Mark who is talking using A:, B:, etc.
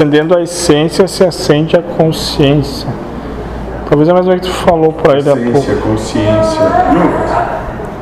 A: Acendendo a essência se acende a consciência. Talvez é mais ou menos o que tu falou por aí da pouco.
B: consciência. Não,